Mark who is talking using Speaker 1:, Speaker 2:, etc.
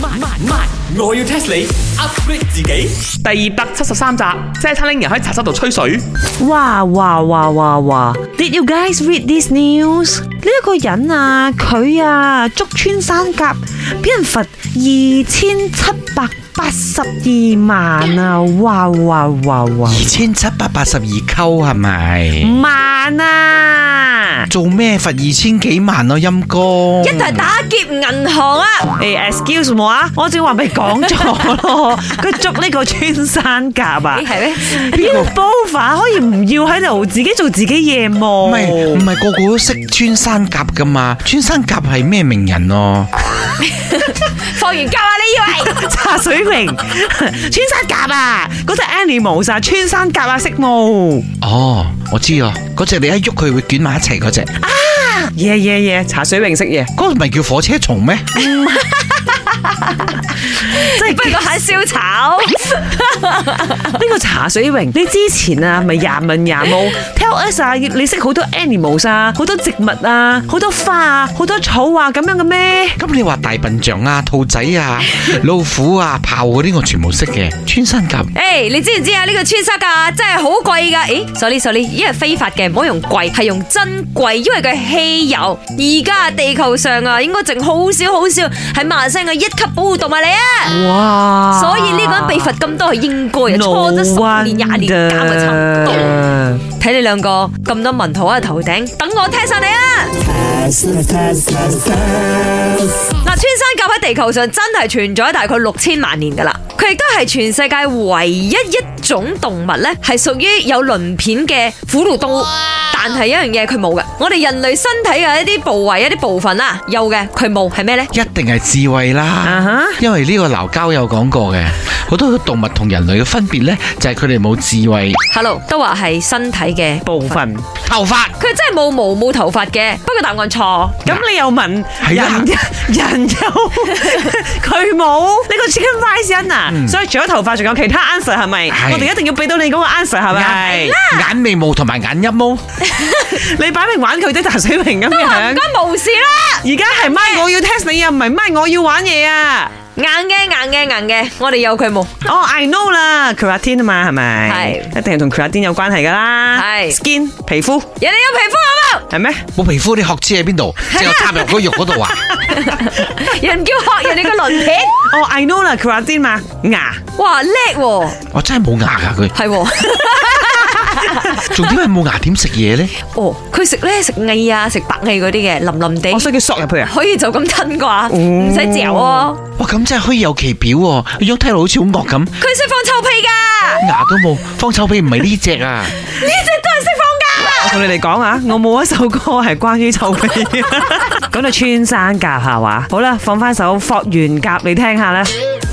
Speaker 1: 慢慢慢，我要 test 你 upgrade 自己。
Speaker 2: 第二百七十三集，即係差拎人喺茶室度吹水。
Speaker 3: 哇哇哇哇哇！Did you guys read this news？呢一個人啊，佢啊，竹穿山甲，俾人罰二千七百八十二萬啊！哇哇哇哇！
Speaker 4: 二千七百八十二溝係咪？
Speaker 3: 萬啊！
Speaker 4: 做咩罰二千幾萬咯、陰公？
Speaker 5: 一齊打劫銀行啊！
Speaker 3: 誒、excuse 我啊，我正話咪講咗 咯，佢捉呢個穿山甲啊，
Speaker 5: 咦係咩？
Speaker 3: 邊個 b o v a 可以唔要喺度自己做自己嘢
Speaker 4: 唔
Speaker 3: 冇？
Speaker 4: 係唔係個個都識穿山甲噶嘛？穿山甲係咩名人啊咯、
Speaker 5: 放完假啊！你以 為？
Speaker 3: 茶水明穿山甲啊，嗰隻 animal 啊，穿山甲啊，色毛。
Speaker 4: 哦，我知啊，嗰隻你一喐佢會捲埋一齊嗰隻，嗰、
Speaker 3: 耶耶耶，茶水明識嘢，
Speaker 4: 個咪叫火車蟲咩？
Speaker 3: 即係
Speaker 5: 不如講下燒炒。
Speaker 3: 呢個茶水榮，你之前啊咪廿問廿冇 tell us 啊，你識好多 animals 啊，好多植物啊，好多花啊，好多草啊咁樣嘅咩？
Speaker 4: 咁你話大笨象啊、兔仔啊、 老虎啊、豹嗰啲我全部識嘅，穿山甲。
Speaker 5: 誒，你知唔知啊？呢個穿山甲真係好貴㗎。咦，sorry sorry，因為非法嘅，唔好用貴，係用珍貴，因為佢係稀有。而家地球上啊，應該淨好少好少係馬來西亞嘅一級保護動物嚟啊。
Speaker 3: 哇！
Speaker 5: 所以呢個人被罰咁多係應該嘅，錯咗十年廿年監嘅差唔多。睇你兩個咁多文圖喺頭頂，等我聽晒你啊！嗱，穿山甲喺地球上真係存在大概六千萬年噶啦，佢亦都係全世界唯一一種動物咧，係屬於有鱗片嘅虎頭刀。但係一樣嘢佢冇嘅，我哋人類身體嘅一啲部位、一啲部分啦，有嘅佢冇，係咩呢？
Speaker 4: 一定係智慧
Speaker 3: 啊哈
Speaker 4: 啦，因為呢個鬧交有講過嘅，好多動物同人類嘅分別呢，就係佢哋冇智慧。
Speaker 5: Hello，都話係身體嘅
Speaker 3: 部分。
Speaker 4: 頭髮
Speaker 5: 佢真係冇毛冇頭髮嘅，不過答案錯。
Speaker 3: 咁你又問人
Speaker 4: 係啦
Speaker 3: 人有佢冇呢個 chicken rice à? 人啊，所以除咗頭髮仲有其他 answer 係咪？
Speaker 4: 係
Speaker 3: 我哋一定要俾到你嗰個 answer
Speaker 4: Dạ.
Speaker 3: 係咪？
Speaker 4: 眼眉毛同埋眼一毛，
Speaker 3: 你擺明玩佢啲茶水榮咁
Speaker 5: 話唔
Speaker 3: 樣。
Speaker 5: 該無視啦，
Speaker 3: 而家係咪我要 test à, 你啊，唔係咪我要玩嘢啊！
Speaker 5: 硬嘅硬嘅硬嘅，我哋有佢冇？
Speaker 3: 哦、i Oh, know 啦，keratin 啊嘛，係咪？
Speaker 5: 係
Speaker 3: 一定係同 keratin 有關係噶啦。
Speaker 5: 係
Speaker 3: skin 皮膚
Speaker 5: 人哋有皮膚好
Speaker 3: 係咩？
Speaker 4: 冇皮膚你學知喺邊度？即係插入嗰肉嗰度啊！
Speaker 5: 冇？人唔叫學人哋個鱗片，
Speaker 3: 哦、i Oh, know 啦，keratin 嘛，牙
Speaker 5: 哇叻喎，
Speaker 4: 我真係冇牙噶佢，
Speaker 5: 係喎，
Speaker 4: 重點係冇牙點食嘢呢？
Speaker 5: 哦佢食咧食蟻啊食白蟻嗰啲嘅，腍腍
Speaker 3: 我需
Speaker 5: 地，
Speaker 3: 要索入去啊！
Speaker 5: 可以就咁吞啩，唔使嚼啊。
Speaker 4: 哇，咁真係虛有其表喎、個樣睇落好似好惡咁，
Speaker 5: 佢識放臭屁㗎，
Speaker 4: 牙都冇，方臭屁唔係呢只啊！
Speaker 5: 呢隻都係識放㗎。
Speaker 3: 我同你哋講啊，我冇一首歌係關於臭屁嘅。講到穿山甲係嘛？好啦，放翻首霍元甲你聽下啦。